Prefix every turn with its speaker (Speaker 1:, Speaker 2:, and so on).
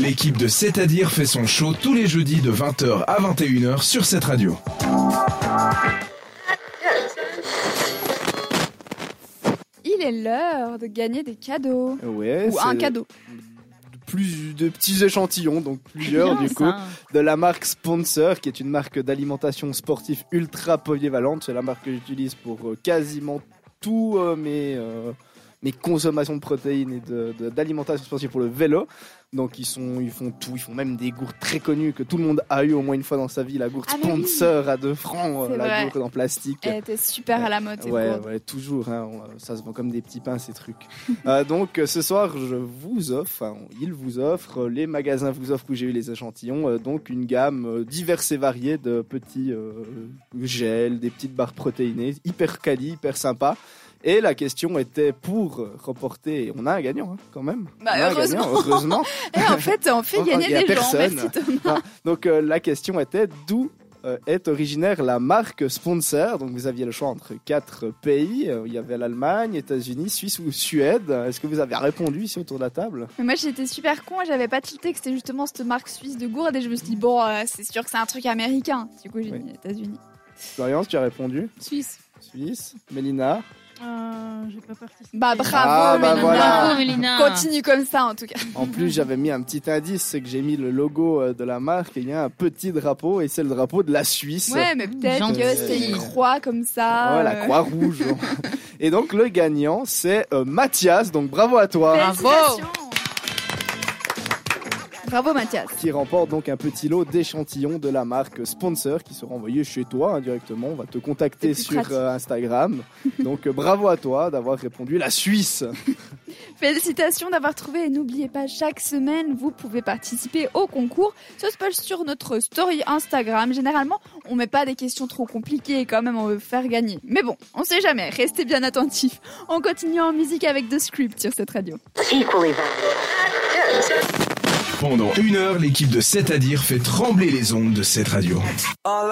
Speaker 1: L'équipe de C'est-à-dire fait son show tous les jeudis de 20h à 21h sur cette radio.
Speaker 2: Il est l'heure de gagner des cadeaux.
Speaker 3: Ouais,
Speaker 2: Ou un
Speaker 3: c'est
Speaker 2: cadeau.
Speaker 3: Plus de petits échantillons, donc plusieurs
Speaker 2: Bien,
Speaker 3: du coup,
Speaker 2: ça.
Speaker 3: de la marque Sponsor, qui est une marque d'alimentation sportive ultra polyvalente. C'est la marque que j'utilise pour euh, quasiment tous euh, mes, euh, mes consommations de protéines et de- de- d'alimentation sportive pour le vélo. Donc ils, sont, ils font tout, ils font même des gourdes très connues que tout le monde a eu au moins une fois dans sa vie. La gourde
Speaker 2: Ah, mais oui.
Speaker 3: Sponsor à 2 francs, euh,
Speaker 2: C'est
Speaker 3: la
Speaker 2: vrai. Eh
Speaker 3: gourde en plastique.
Speaker 2: Elle était super à la mode. cette
Speaker 3: Ouais,
Speaker 2: gourde.
Speaker 3: ouais, toujours. hein, on- ça se vend comme des petits pains, ces trucs. Euh, donc, euh, ce soir, je vous offre, enfin, il vous offre, euh, les magasins vous offrent où j'ai eu les échantillons, euh, donc une gamme euh, diverse et variée de petits euh, gels, des petites barres protéinées, hyper quali, hyper sympa. Et la question était pour euh, reporter, et on a un gagnant hein, quand même.
Speaker 2: Bah,
Speaker 3: On a un gagnant, heureusement.
Speaker 2: Et Eh, en fait, on fait
Speaker 3: Oh,
Speaker 2: gagner
Speaker 3: il y a
Speaker 2: des
Speaker 3: personne.
Speaker 2: gens. Merci Thomas.
Speaker 3: Donc euh, la question était d'où euh, est originaire la marque sponsor Donc vous aviez le choix entre quatre pays. Euh, Il y avait l'Allemagne, États-Unis, Suisse ou Suède. Est-ce que vous avez répondu ici autour de la table
Speaker 2: Mais moi, j'étais super con. J'avais pas tilté que c'était justement cette marque suisse de gourde. Et je me suis dit, bon, euh, c'est sûr que c'est un truc américain. Du coup, j'ai
Speaker 3: Oui.
Speaker 2: dit États-Unis.
Speaker 3: Florian, tu as répondu
Speaker 4: Suisse.
Speaker 3: Suisse. Mélina
Speaker 4: Euh, j'ai pas participé.
Speaker 2: Bah, bravo,
Speaker 3: Ah, bah,
Speaker 2: Mélina.
Speaker 3: voilà.
Speaker 4: Bravo, Mélina.
Speaker 2: Continue comme ça, en tout cas.
Speaker 3: En plus, j'avais mis un petit indice, c'est que j'ai mis le logo euh, de la marque et il y a un petit drapeau et c'est le drapeau de la Suisse.
Speaker 2: Ouais, mais peut-être que
Speaker 4: Gentil.
Speaker 2: c'est une croix comme ça.
Speaker 3: Oh,
Speaker 2: euh,
Speaker 3: la croix rouge. et donc le gagnant, c'est euh, Mathias. Donc bravo à toi.
Speaker 2: Félicitations. Bravo Mathias.
Speaker 3: qui remporte donc un petit lot d'échantillons de la marque Sponsor qui sera envoyé chez toi hein, directement. On va te contacter
Speaker 2: C'est plus
Speaker 3: sur
Speaker 2: pratique.
Speaker 3: euh, Instagram. Donc euh, bravo à toi d'avoir répondu la Suisse.
Speaker 2: Félicitations d'avoir trouvé et n'oubliez pas, chaque semaine, vous pouvez participer au concours. Ça se passe sur notre story Instagram. Généralement, on met pas des questions trop compliquées quand même, on veut faire gagner. Mais bon, on sait jamais, restez bien attentifs. On continue en musique avec The Script sur cette radio.
Speaker 1: Pendant une heure, l'équipe de C'est-à-dire fait trembler les ondes de cette radio.